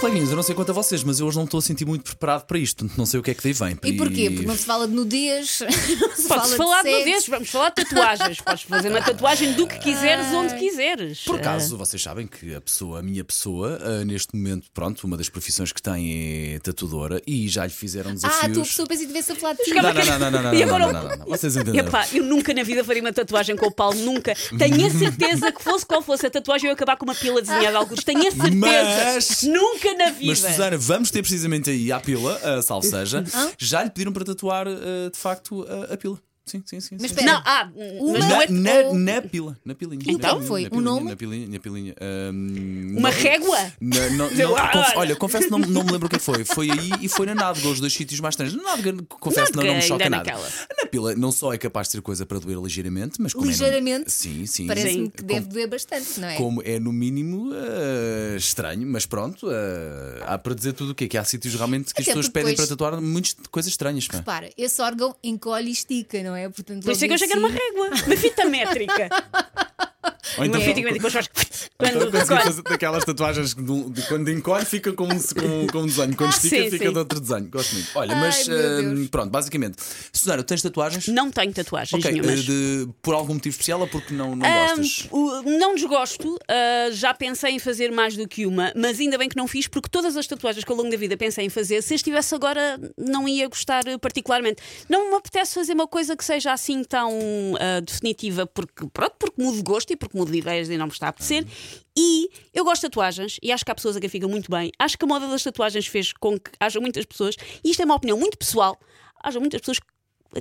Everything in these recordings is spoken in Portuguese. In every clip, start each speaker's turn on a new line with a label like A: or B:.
A: Plugins, eu não sei quanto a vocês, mas eu hoje não estou a sentir muito preparado para isto, portanto não sei o que é que daí vem.
B: E porquê? Porque não se fala de nudez, não se fala
C: Podes
B: de
C: falar de
B: sexo.
C: nudez, vamos falar de tatuagens. Podes fazer uma tatuagem do que quiseres, onde quiseres.
A: Por acaso, vocês sabem que a pessoa, a minha pessoa, ah, neste momento, pronto, uma das profissões que tem é tatuadora e já lhe fizeram desafios.
B: Ah, tu a pessoa pensa que devesse falar de ti.
A: Não, não, não, não, não,
C: E
A: não, não,
C: agora-
A: não, não, não. Vocês
C: Ah,
A: entenderam.
C: epá, eu nunca na vida faria uma tatuagem com o Paulo, nunca. Tenho a certeza que fosse qual fosse a tatuagem, eu ia acabar com uma pila desenhada de alguns. Tenho a certeza.
A: Mas-
C: Nunca na vida.
A: Mas Susana, vamos ter precisamente aí à pila, ah, salve seja, já lhe pediram para tatuar ah, de facto ah, a pila. Sim, sim, sim. sim.
B: Mas espera,
C: Não, ah, mas
B: Uma-
C: não é
A: Na, na,
B: ou-
A: na pila, na pilinha.
B: Então
A: na,
B: foi,
A: na
B: um
A: pilinha,
B: nome?
A: Na pilinha, na pilinha. Ahm,
C: uma
A: não-
C: régua.
A: Na- não-
C: Sei
A: não-
C: lá,
A: conf-
C: olha.
A: olha, confesso, não, não me lembro o que foi. Foi aí e foi na Nádega, os dois sítios mais estranhos. Na Nádega, confesso, não,
C: Nádega,
A: não me choca
C: ainda
A: nada.
C: naquela.
A: Na pila, não só é capaz de ser coisa para doer ligeiramente, mas como é no-
B: Ligeiramente?
A: sim, sim.
B: Parece-me
A: Sim.
B: que deve doer bastante, não é?
A: Como é no mínimo eh, estranho, mas pronto, eh, há para dizer tudo o que é que há sítios realmente que as
B: Até
A: pessoas
B: porque
A: pedem para
B: depois-
A: tatuar muitas coisas estranhas. pá.
B: Repara, esse órgão encolhe e estica, não é? Portanto,
C: Por isso é que eu cheguei numa régua. Uma fita métrica.
A: Ou então
C: uma fita métrica. Depois faz. Quando recolhe.
A: daquelas tatuagens que de, quando encolhe fica com um, desenho, quando
C: estica, Sim, fica sim. de
A: outro desenho. Gosto muito. Olha,
B: Ai,
A: mas
B: meu
A: eh,
B: Deus.
A: pronto, basicamente. Susana, tens tatuagens?
C: Não tenho tatuagens
A: Ok,
C: nenhumas.
A: eh, de- por algum motivo especial ou porque não, não
C: Ah,
A: gostas?
C: o- não desgosto, ah, já pensei em fazer mais do que uma, mas ainda bem que não fiz, porque todas as tatuagens que ao longo da vida pensei em fazer, se estivesse agora, não ia gostar eh, particularmente. Não me apetece fazer uma coisa que seja assim tão ah, definitiva, porque, pronto, porque mudo de gosto e porque mudo de ideias e não me está a apetecer. E eu gosto de tatuagens e acho que há pessoas a quem fica muito bem. Acho que a moda das tatuagens fez com que haja muitas pessoas, e isto é uma opinião muito pessoal, haja muitas pessoas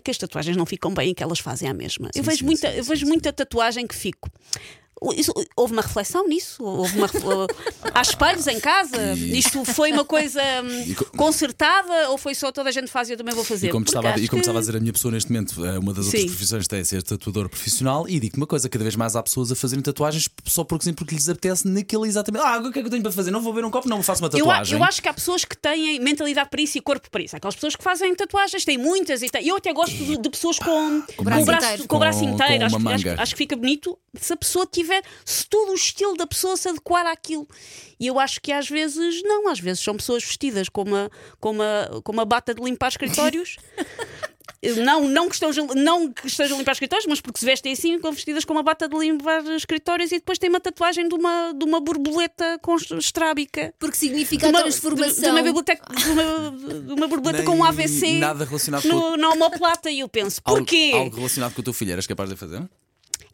C: que as tatuagens não ficam bem e que elas fazem à mesma. eu vejo,
A: sim,
C: muita,
A: sim,
C: eu vejo muita tatuagem que fico. Isso- houve uma reflexão nisso? Houve uma, há espelhos em casa?
A: E-
C: Isto foi uma coisa hum,
A: E co-
C: consertada ou foi só toda a gente faz e eu também vou fazer?
A: E como,
C: Porque
A: estava,
C: acho
A: e como
C: que-
A: estava a dizer a minha pessoa neste momento, eh, uma das outras
C: Sim.
A: profissões tem é ser tatuador profissional e digo-te uma coisa: cada vez mais há pessoas a fazerem tatuagens só porque sim, porque lhes apetece naquele exatamente. Ah, o que é que eu tenho para fazer? Não vou beber um copo, não, faço uma
C: eu, a-
A: tatuagem.
C: eu acho que há pessoas que têm mentalidade para isso e corpo para isso. Há aquelas pessoas que fazem tatuagens, têm muitas e têm- Eu até gosto de, de pessoas com, com,
A: braço
C: o braço,
B: inteiro.
C: com o braço
A: Com-
C: inteiro.
A: com
C: acho,
A: uma
C: que- acho que-
A: manga.
C: acho que fica bonito se a pessoa tiver, se todo o estilo da pessoa se adequar àquilo. E eu acho que às vezes não, às vezes são pessoas vestidas com uma, com uma, com uma bata de limpar escritórios. Não, não, que estejam, não que estejam a limpar escritórios, mas porque se vestem assim, com vestidas com uma bata de limpar escritórios e depois têm uma tatuagem de uma, de uma borboleta com estrábica
B: Porque significa a transformação.
C: Então, de- de uma biblioteca, de uma, de uma borboleta
A: Nem
C: com um AVC
A: nada relacionado
C: no,
A: com-
C: na homoplata. E eu penso,
A: Algo-
C: porquê?
A: Algo, relacionado com o teu filho, eras capaz de fazer?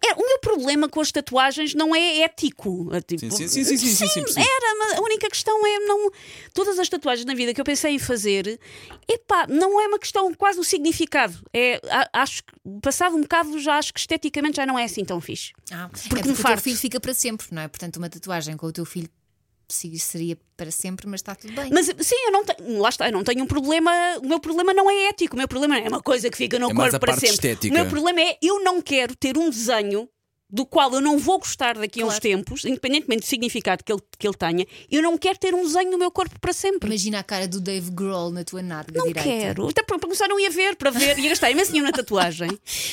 C: É, o meu problema com as tatuagens não é ético. É tipo,
A: Sim, sim, sim, sim, sim, sim, sim, sim.
C: Era, mas a única questão é não. Todas as tatuagens na vida que eu pensei em fazer, epá, não é uma questão quase o significado. É, a- acho que passado um bocado já acho que esteticamente já não é assim tão fixe.
B: Ah, é
C: me
B: porque o teu
C: farto.
B: filho fica para sempre, não é? Portanto, uma tatuagem com o teu filho se- seria para sempre, mas está tudo bem.
C: Mas sim, eu não tenho, lá está, eu não tenho um problema, o meu problema não é ético, o meu problema é uma coisa que fica no
A: É mais
C: corpo
A: a
C: para
A: parte
C: sempre.
A: estética.
C: O meu problema é eu não quero ter um desenho do qual eu não vou gostar daqui a uns
B: Claro.
C: tempos, independentemente do significado que ele, que ele tenha, eu não quero ter um desenho no meu corpo para sempre.
B: Imagina a cara do Dave Grohl na tua nádega
C: Não
B: direita.
C: quero. Até para para começar não ia ver, para ver, ia gastar imenso dinheiro na tatuagem.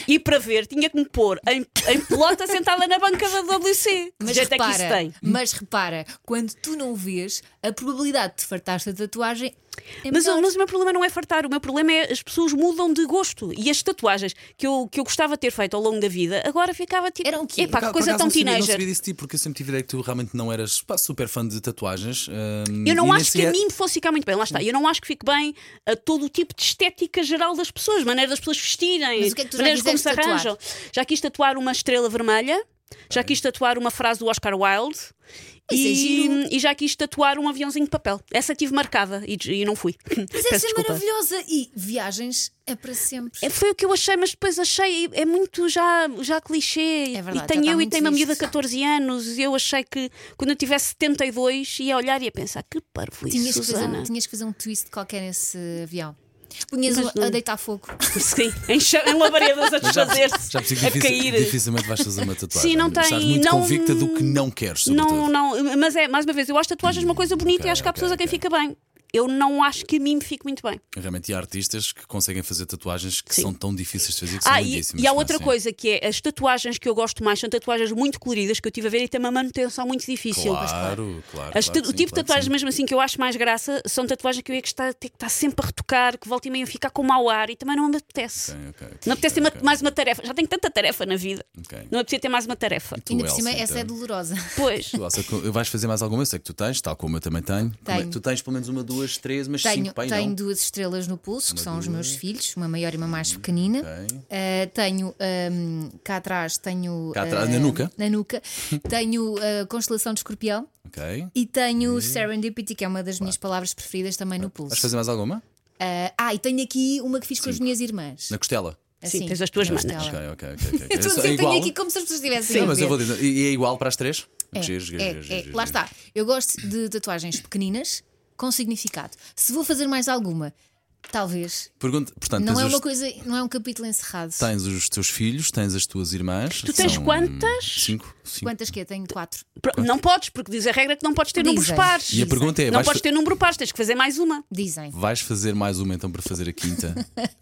C: E para ver, tinha que me pôr em, em pelota sentada na banca da WC.
B: Mas
C: Gente, é que isso
B: repara,
C: tem.
B: mas repara, quando tu não o vês, a probabilidade de te fartares da tatuagem é
C: Mas,
B: menor.
C: mas o meu problema não é fartar, o meu problema é as pessoas mudam de gosto. E as tatuagens que eu, que eu gostava de ter feito ao longo da vida, agora ficava tipo.
B: Eram o quê?
C: Epá,
A: Por
C: que
A: acaso,
C: coisa
A: por
C: tão
A: acaso, não sabia- Não
C: teenager.
A: sabia desse tipo, porque eu sempre tive a ideia que tu realmente não eras pá, super fã de tatuagens. hum,
C: Eu
A: e
C: não
A: nem
C: acho que
A: sequer-
C: a mim me fosse ficar muito bem, lá está. Eu não acho que fique bem a todo o tipo de estética geral das pessoas, maneira das pessoas vestirem,
B: Mas o que é que tu já
C: maneiras como se
B: quiseste tatuar?
C: arranjam. Já quis tatuar uma estrela vermelha, já quis tatuar uma frase do Oscar Wilde.
B: Isso é
C: E,
B: giro.
C: e já quis tatuar um aviãozinho de papel. Essa tive marcada e, e não fui.
B: Mas
C: Peço
B: essa é
C: desculpa.
B: maravilhosa e viagens é para sempre.
C: É, Foi o que eu achei, mas depois achei é muito já, já clichê.
B: É verdade,
C: e
B: já
C: tenho
B: está
C: eu e
B: muito
C: tenho uma
B: visto.
C: miúda de 14 anos. E eu achei que quando eu tivesse 72 ia olhar e ia pensar que parvoíce,
B: Tinhas que, fazer um,
C: Susana.
B: tinhas que fazer um twist qualquer nesse avião. Punhas
C: Mas
B: o-
C: não.
B: a deitar fogo.
C: Sim, em, cha- em labaredas a
A: Mas já percebi-
C: desfazer-se,
A: já percebi que
C: a
A: dificil-
C: cair.
A: dificilmente vais fazer uma tatuagem.
C: Sim, não
A: Estás
C: tem-
A: muito
C: não-
A: convicta do que não queres, sobretudo.
C: Não, não, mas é, mais uma vez, eu acho tatuagens uma coisa bonita
A: Ok,
C: e acho que há
A: ok,
C: pessoas a quem
A: ok.
C: fica bem. eu não acho que a mim me fique muito bem.
A: Realmente, e há artistas que conseguem fazer tatuagens que
C: Sim.
A: são tão difíceis de fazer que
C: Ah,
A: são
C: e,
A: lindíssimas.
C: e há
A: não é?
C: outra
A: Sim.
C: coisa que é as tatuagens que eu gosto mais são tatuagens muito coloridas que eu tive a ver e tem uma manutenção muito difícil.
A: Claro, claro. claro
C: As ta-
A: que
C: o
A: sim,
C: tipo de
A: claro que
C: tatuagens,
A: sim.
C: mesmo assim, que eu acho mais graça são tatuagens que eu ia que está, ter que estar sempre a retocar, que volta e meia ficar com mau ar e também não me apetece.
A: Ok, ok, ok,
C: Não apetece ter
A: ok,
C: ma- mais uma tarefa. Já tenho tanta tarefa na vida.
A: ok.
C: Não apetece ter mais uma tarefa.
A: Tu,
B: Ainda por cima,
A: Elsa,
B: essa é
A: então?
B: dolorosa.
C: Pois.
A: Tu, Elsa, co- vais fazer mais alguma? Eu sei que tu tens, tal como eu também tenho. Como é que Tu tens pelo menos uma, duas, três, mas
B: Tenho,
A: cinco, pai,
B: tenho
A: não? Hum,
B: duas estrelas no pulso, que são os meus filhos, uma maior e uma mais pequenina.
A: Ok.
B: Ah, tenho ahm, cá atrás, tenho.
A: Cá atrás,
B: ah,
A: na nuca?
B: Na nuca. tenho a constelação de escorpião
A: Ok.
B: e tenho
A: Hum.
B: serendipity, que é uma das minhas palavras preferidas também no
A: Vais
B: pulso.
A: fazer mais alguma?
B: Ah, ah, e tenho aqui uma que fiz com as minhas irmãs.
A: Na costela?
C: Sim,
B: Assim,
C: tens as tuas
B: na
C: manas.
B: costela.
A: Ok, ok, ok. ok.
B: Eu estou a
A: É
B: dizer,
A: igual?
B: tenho aqui como se as pessoas tivessem.
A: Sim,
B: a
A: mas eu
B: ver.
A: vou dizer. E e é igual para as três?
B: É,
A: Giro, giro,
B: é,
A: giro,
B: é.
A: giro, giro.
B: Lá está. Eu gosto de tatuagens pequeninas com significado. Se vou fazer mais alguma, talvez.
A: Pergunta, portanto,
B: Não
A: tens,
B: é
A: os,
B: uma coisa, não é um capítulo encerrado.
A: tens os teus filhos, tens as tuas irmãs.
C: Tu tens
A: são
C: quantas?
A: Cinco. cinco.
B: Quantas que eu tenho? Quatro.
C: Pro- Não podes, porque diz a regra que não podes ter
B: Dizem.
C: números pares.
A: E a pergunta é:
C: Não
A: vais,
C: podes
A: fa-
C: ter número pares, tens que fazer mais uma.
B: Dizem.
A: vais fazer mais uma então para fazer a quinta?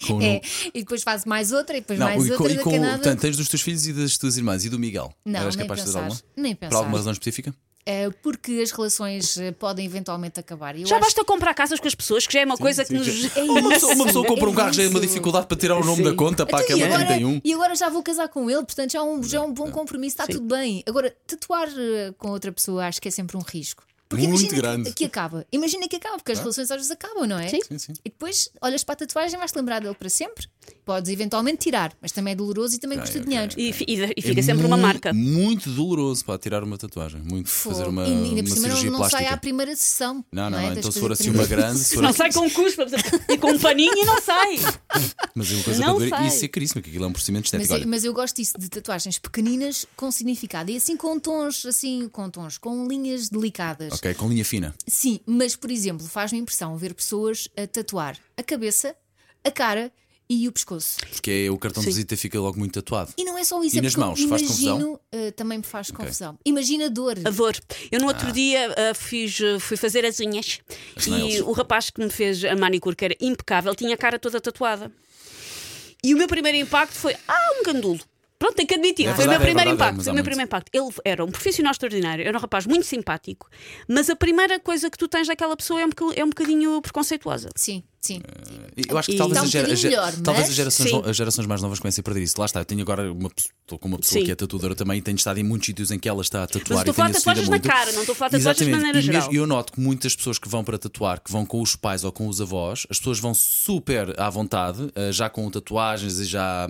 A: Com o
B: É,
A: nu-
B: e depois faço mais outra, e depois
A: Não,
B: mais
A: e com,
B: outra,
A: e com-
B: daqui a nada.
A: portanto, tens dos teus filhos e das tuas irmãs e do Miguel.
B: Não,
A: Eras
B: nem
A: capaz de fazer
B: pensar.
A: alguma?
B: Nem
A: Por alguma
B: pensar.
A: razão específica?
B: É, porque as relações eh, podem eventualmente acabar. E eu
C: Já
B: acho
C: basta comprar casas com as pessoas, que já é uma coisa que nos.
B: que é
A: Uma pessoa, uma
B: isso,
A: pessoa compra um carro já é uma
B: isso.
A: dificuldade para tirar o nome
C: Sim.
A: da conta, pá,
B: Então,
A: que é
B: e,
A: uma
B: agora,
A: 31.
B: e agora já vou casar com ele, portanto já é um, já é um bom compromisso, está tudo bem. Agora, tatuar eh, com outra pessoa acho que é sempre um risco. Porque
A: Muito
B: imagina que-
A: grande.
B: Que, acaba. Imagina que acaba, porque as relações às vezes acabam, não é?
C: Sim.
A: Sim, sim.
B: E depois olhas para a tatuagem e vais-te lembrar dele para sempre. Podes eventualmente tirar, mas também é doloroso e também
A: Ok,
B: custa
A: ok.
B: dinheiro.
C: E, fi- e- e
A: É
C: fica sempre uma
A: mu-
C: marca.
A: Muito doloroso para tirar uma tatuagem. Muito fazer
B: Fogo.
A: uma,
B: e ainda
A: uma
B: por cima não,
A: cirurgia
B: não sai à
A: plástica.
B: primeira sessão.
A: Não, não, não.
B: é? Tens
A: Então
B: de
A: se
B: fazer
A: for assim
B: três
A: uma grande, se for
C: Não
A: assim,
C: sai com um cuspo e com um paninho e não sai.
A: mas é uma coisa
C: Não
A: para doer.
C: sai.
A: Isso é caríssimo, que aquilo é um procedimento
B: Mas
A: estético.
B: eu,
A: Olha,
B: mas eu gosto disso de tatuagens pequeninas com significado e assim com tons, assim com tons, com linhas delicadas.
A: ok, com linha fina.
B: Sim, mas por exemplo, faz-me impressão ver pessoas a tatuar a cabeça, a cara e o pescoço.
A: Porque é, o cartão de visita fica logo muito tatuado.
B: E não é só isso,
A: E
B: é
A: nas
B: porque
A: mãos?
B: eu
A: Faz-te
B: imagino, eh, também me faz confusão. Imagina dor.
C: A dor. Eu no outro dia ah, fiz, ah, fui fazer as unhas
A: As nails.
C: e o rapaz que me fez a manicure, que era impecável, tinha a cara toda tatuada. E o meu primeiro impacto foi: ah, um gandulo. Pronto, tenho que admitir.
A: É
C: foi o meu
A: verdade, é
C: primeiro
A: verdade,
C: impacto.
A: mas
C: Foi
A: há
C: o meu
A: muito.
C: primeiro impacto. Ele era um profissional extraordinário, era um rapaz muito simpático, mas a primeira coisa que tu tens daquela pessoa é um bocadinho, é um bocadinho preconceituosa.
B: Sim, sim.
A: Eh, Eu acho que
C: E-
A: talvez,
C: Está
A: a
C: um
A: gera- a
B: bocadinho
A: gera-
B: melhor,
A: talvez
B: mas-
A: as, gerações,
C: Sim.
A: no- as gerações mais novas comecem a perder isso. Lá está, eu tenho agora uma, pe- estou com uma pessoa
C: Sim.
A: que é tatuadora também e tenho estado em muitos sítios em que ela está a
C: Mas
A: tatuar
C: estou a
A: e tenho
C: falar de
A: assistido a
C: tatuagens na
A: muito.
C: cara, não estou a falar de tatuagens de
A: Exatamente.
C: maneira
A: e mesmo-
C: geral.
A: eu noto que muitas pessoas que vão para tatuar, que vão com os pais ou com os avós, as pessoas vão super à vontade, eh, já com tatuagens e já.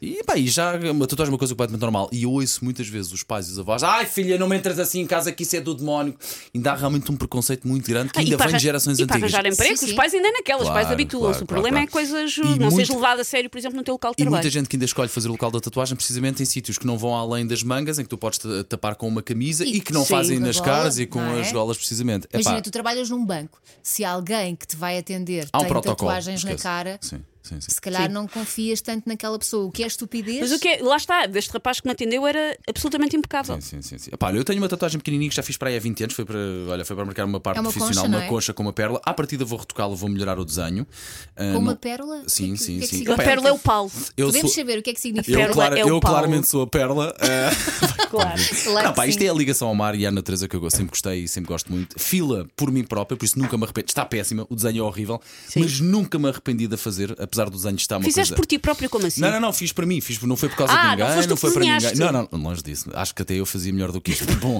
A: E pá, e já uma tatuagem é uma coisa completamente normal. E eu ouço muitas vezes os pais e os avós: ai filha, não me entras assim em casa que isso é do demónio. Ainda há realmente um preconceito muito grande que
C: Ah, e
A: ainda
C: para
A: vem
C: arran-
A: de gerações
C: e para
A: antigas.
C: arranjar emprego,
B: Sim,
C: os
B: sim.
C: pais ainda é naquelas, os pais
A: Claro,
C: habituam-se.
A: claro,
C: o problema
A: claro, claro.
C: é coisas,
A: E
C: não seres
A: muito-
C: levado a sério, por exemplo, no teu local
A: E
C: de trabalho.
A: muita gente que ainda escolhe fazer o local da tatuagem precisamente em sítios que não vão além das mangas, em que tu podes ta- tapar com uma camisa e,
B: E-
A: que não
B: Sim,
A: fazem
B: com a
A: nas
B: gola,
A: caras e com
B: não é?
A: as golas precisamente.
B: Imagina,
A: Epá,
B: tu trabalhas num banco. Se alguém que te vai atender
A: há um
B: tem
A: protocolo.
B: tatuagens na
A: esquece.
B: cara,
A: Sim, sim, sim.
B: se calhar não confias tanto naquela pessoa. O que é estupidez?
C: Mas o que é, lá está, deste rapaz que me atendeu era absolutamente impecável.
A: Sim, sim, sim, sim. Epá, olha, eu tenho uma tatuagem pequenininha que já fiz para aí há 20 anos. Foi para, olha, foi para marcar uma parte
B: É uma
A: profissional,
B: concha, não
A: uma
B: é?
A: concha com uma pérola. À partida vou retocá-la, vou melhorar o desenho. Ah,
B: Com uma
A: não-
B: pérola?
A: Sim,
B: O que-
A: sim,
B: o que é que
A: sim.
B: significa?
C: A pérola é o Paulo.
A: Eu
B: Podemos
A: sou-
B: saber o que é que significa.
A: eu,
C: Pérola
A: claro-
C: é o
A: eu
C: Paulo.
A: claramente sou a pérola. ah,
C: Claro.
B: Claro
A: Não,
B: que
A: pá, isto
B: sim.
A: é a ligação ao mar e à natureza que eu sempre gostei e sempre gosto muito. Fila por mim própria, por isso nunca me arrependo. Está péssima, o desenho é horrível, mas nunca me arrependi de a fazer, apesar do desenho estar uma
C: Fizeste
A: coisa.
C: por ti próprio como assim?
A: Não, não, não, fiz para mim, fiz, não foi por causa
C: Ah,
A: de
C: não
A: ninguém,
C: foste tu que
A: foi para ninguém.
C: desenhaste.
A: Não, não, longe disso. Acho que até eu fazia melhor do que isto. Bom,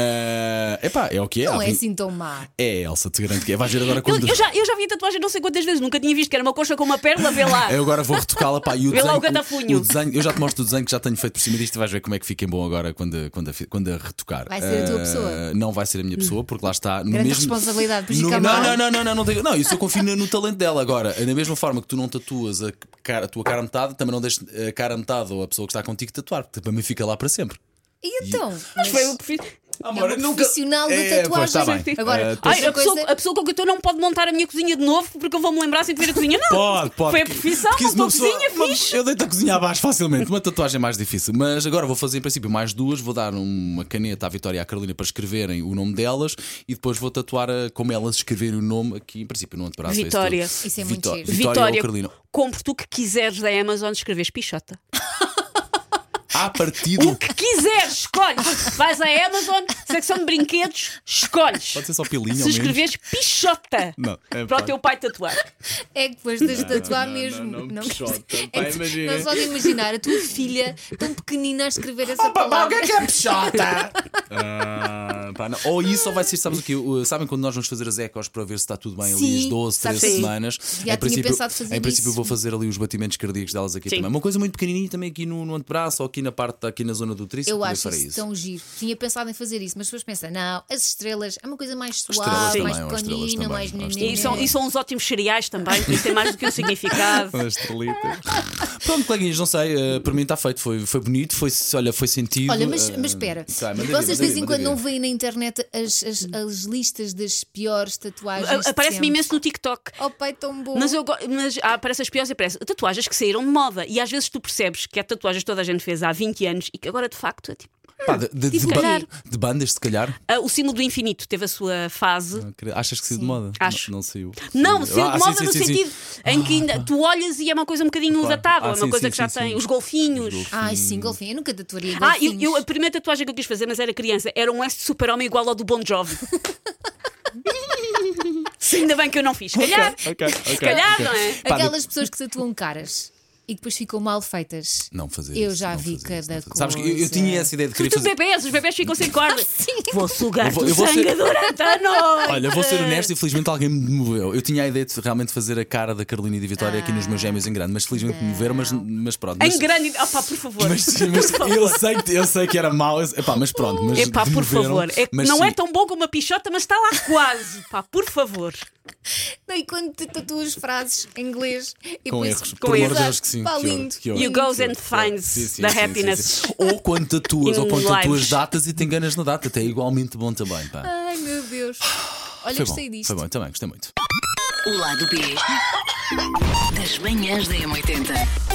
A: eh, epá, é o que é.
B: Não
A: há
B: é
A: vinte-
B: assim tão má.
A: É, Elsa, te garanto que é. Vais ver agora
C: Eu,
A: quando.
C: eu já, eu já vi a tatuagem não sei quantas vezes, nunca tinha visto que era uma coxa com uma perna, vê lá.
A: Eu agora vou retocá-la, pá, e o
C: Vê lá o
A: desenho,
C: catafunho.
A: desenho- Eu já te mostro o desenho que já tenho feito por cima disto e vais ver como é que fiquem bom agora quando a, quando a, fi- quando a retocar.
B: Vai ser a tua
A: Eh,
B: pessoa?
A: Não vai ser a minha pessoa, porque lá está. No
B: Grande
A: mesmo...
B: responsabilidade,
A: no...
B: prejudicar
A: Não,
B: mal.
A: não, não, não, não, não, tenho- não, isso eu confio no, no talento dela. Agora, da mesma forma que tu não tatuas a, cara- a tua cara a metade, também não deixes a cara a metade ou a pessoa que está contigo tatuar, porque também fica lá para sempre.
B: E então?
C: Mas foi o que fiz.
B: é uma profissional de
A: É, pois, tá
B: tatuagens.
A: bem.
B: Agora,
A: Eh,
B: pois
C: Ai,
B: a
C: a, pessoa,
B: coisa-
C: a pessoa com que eu estou não pode montar a minha cozinha de novo porque eu vou-me lembrar sempre de ver a cozinha. Não,
A: Pode, pode.
C: foi a profissão,
A: Porque isso
C: montou a
A: uma pessoa-
C: cozinha,
A: uma-
C: fixe.
A: Eu deito a cozinha abaixo facilmente. Uma tatuagem mais difícil. Mas agora vou fazer, em princípio, mais duas. Vou dar uma caneta à Vitória e à Carolina para escreverem o nome delas e depois vou tatuar a- como elas escreverem o nome aqui, em princípio, no antebraço. é
C: Vitória.
A: tudo.
B: Isso é muito
A: Vitó-
B: giro.
A: Vitória, ou Carolina.
C: compre tu o que quiseres da Amazon, escreves pichota.
A: À partido.
C: O que quiseres, escolhes. Vais à Amazon, secção de brinquedos, escolhes.
A: Pode ser só pilinha
C: Se
A: ao menos.
C: escreves pichota
A: Não, é
C: para o
A: pá.
C: teu pai tatuar.
B: é que depois de tatuar
A: não,
B: mesmo.
A: não, não,
B: quer
A: pichota,
B: dizer-
A: pá,
B: é que-
A: imagina.
B: não só de imaginar a tua filha tão pequenina a escrever essa
A: Papá, o que
B: palavra.
A: é que é peixota? Ah, pá, não. Ou isso ou vai ser, sabes o que? Sabem quando nós vamos fazer as ecos para ver se está tudo bem ali
B: Sim,
A: as 12, 13
B: sabes que-
A: semanas?
B: Já tinha pensado fazer
A: em princípio
B: isso.
A: vou fazer ali os batimentos cardíacos delas aqui
C: Sim.
A: também. Uma coisa muito pequenininha também aqui no, no antebraço ou aqui na parte, aqui na zona do tríceps.
B: Eu
A: também
B: acho
A: farei
B: isso tão giro. Tinha pensado em fazer isso, mas depois pensa, não, as estrelas é uma coisa mais
A: estrelas
B: suave, mais
A: também, ou as estrelas
B: pequenina,
A: também,
B: mais
A: ou as
B: menina.
C: E são, e são uns ótimos cereais também, por isso tem mais do que um significado.
A: As estrelitas. Pronto, coleguinhas, não sei, eh, para mim está feito, foi, foi bonito, foi, olha, foi sentido.
B: Olha, mas,
A: eh,
B: mas espera,
A: tá, manda vir,
B: vocês de vez
A: manda
B: em
A: vir,
B: quando
A: manda
B: não
A: vir.
B: veem na internet as, as, as listas das piores tatuagens? de
C: A-
B: sempre?
C: Aparece-me imenso no TikTok.
B: Oh, pai, tão bom.
C: Mas, eu, go- mas ah, aparece as piores e aparece tatuagens que saíram de moda. E às vezes tu percebes que é tatuagens que toda a gente fez há 20 anos e que agora de facto é tipo.
A: Pá, de, de,
C: Tipo,
A: de ba-
C: calhar.
A: de bandas, se calhar.
C: ah, o símbolo do infinito teve a sua fase.
A: Achas que saiu de moda?
C: Acho.
A: Não, não saiu.
C: Não,
A: Ah,
C: saiu de
A: sim,
C: moda
A: sim,
C: no
A: sim, sim.
C: sentido em que ainda tu olhas e é uma coisa um bocadinho
A: Claro.
C: datável,
A: Ah,
C: é uma
A: sim,
C: coisa
A: sim,
C: que já
A: sim,
C: tem
A: sim.
C: os golfinhos.
B: Ai, sim, golfinho. Eu nunca tatuaria
C: Ah, eu,
B: golfinhos.
C: eu- a primeira tatuagem que eu quis fazer, mas era criança, era um S de super-homem igual ao do Bon Jovi. Sim, ainda bem que eu não fiz. Se calhar,
A: Ok, ok.
C: se calhar, não é?
A: Pá,
B: Aquelas pessoas que tatuam caras e que depois ficam mal feitas.
A: Não fazer
B: Eu
A: isso,
B: já
A: não
B: vi
A: fazer isso,
B: cada
A: não fazer- Sabes que eu, eu
B: coisa.
A: tinha essa ideia de querer
C: Porque os
A: fazer.
C: bebés, os bebés ficam sem corda. Vou sugar
A: Ah, Eu vou-
C: o
A: eu vou
C: sangue
A: ser-
C: durante a noite.
A: Olha, vou ser honesto e felizmente alguém me moveu. Eu tinha a ideia de realmente fazer a cara da Carolina e de Vitória aqui nos meus gêmeos em grande, mas felizmente me moveram, mas, mas pronto. Mas,
C: Ah. Em grande. Ah, pá, por favor.
A: mas, mas eu, sei, que- eu sei que era mau, eu- epá, mas pronto. Mas
C: Epá, por
A: moveram,
C: favor. É que
A: um- mas
C: não
A: sim.
C: é tão bom como uma pichota, mas está lá quase. Pá, por favor.
B: Não, e quando te tatuas frases em inglês e
A: Com
B: depois-
A: erros, por amor de
B: Exato.
A: Deus que sim.
B: Pá,
A: que horror,
B: lindo.
A: que horror.
C: You goes and finds
A: Sim, sim,
C: the
A: sim, sim,
C: happiness.
A: sim. Ou quando tatuas, ou
C: In
A: quando tatuas
C: lives.
A: datas e te enganas na data, até é igualmente bom também. Pá.
B: Ai, meu Deus.
A: foi
B: Olha,
A: bom,
B: Ah, gostei disto.
A: foi bom, também gostei muito.
D: O lado B das manhãs da M80.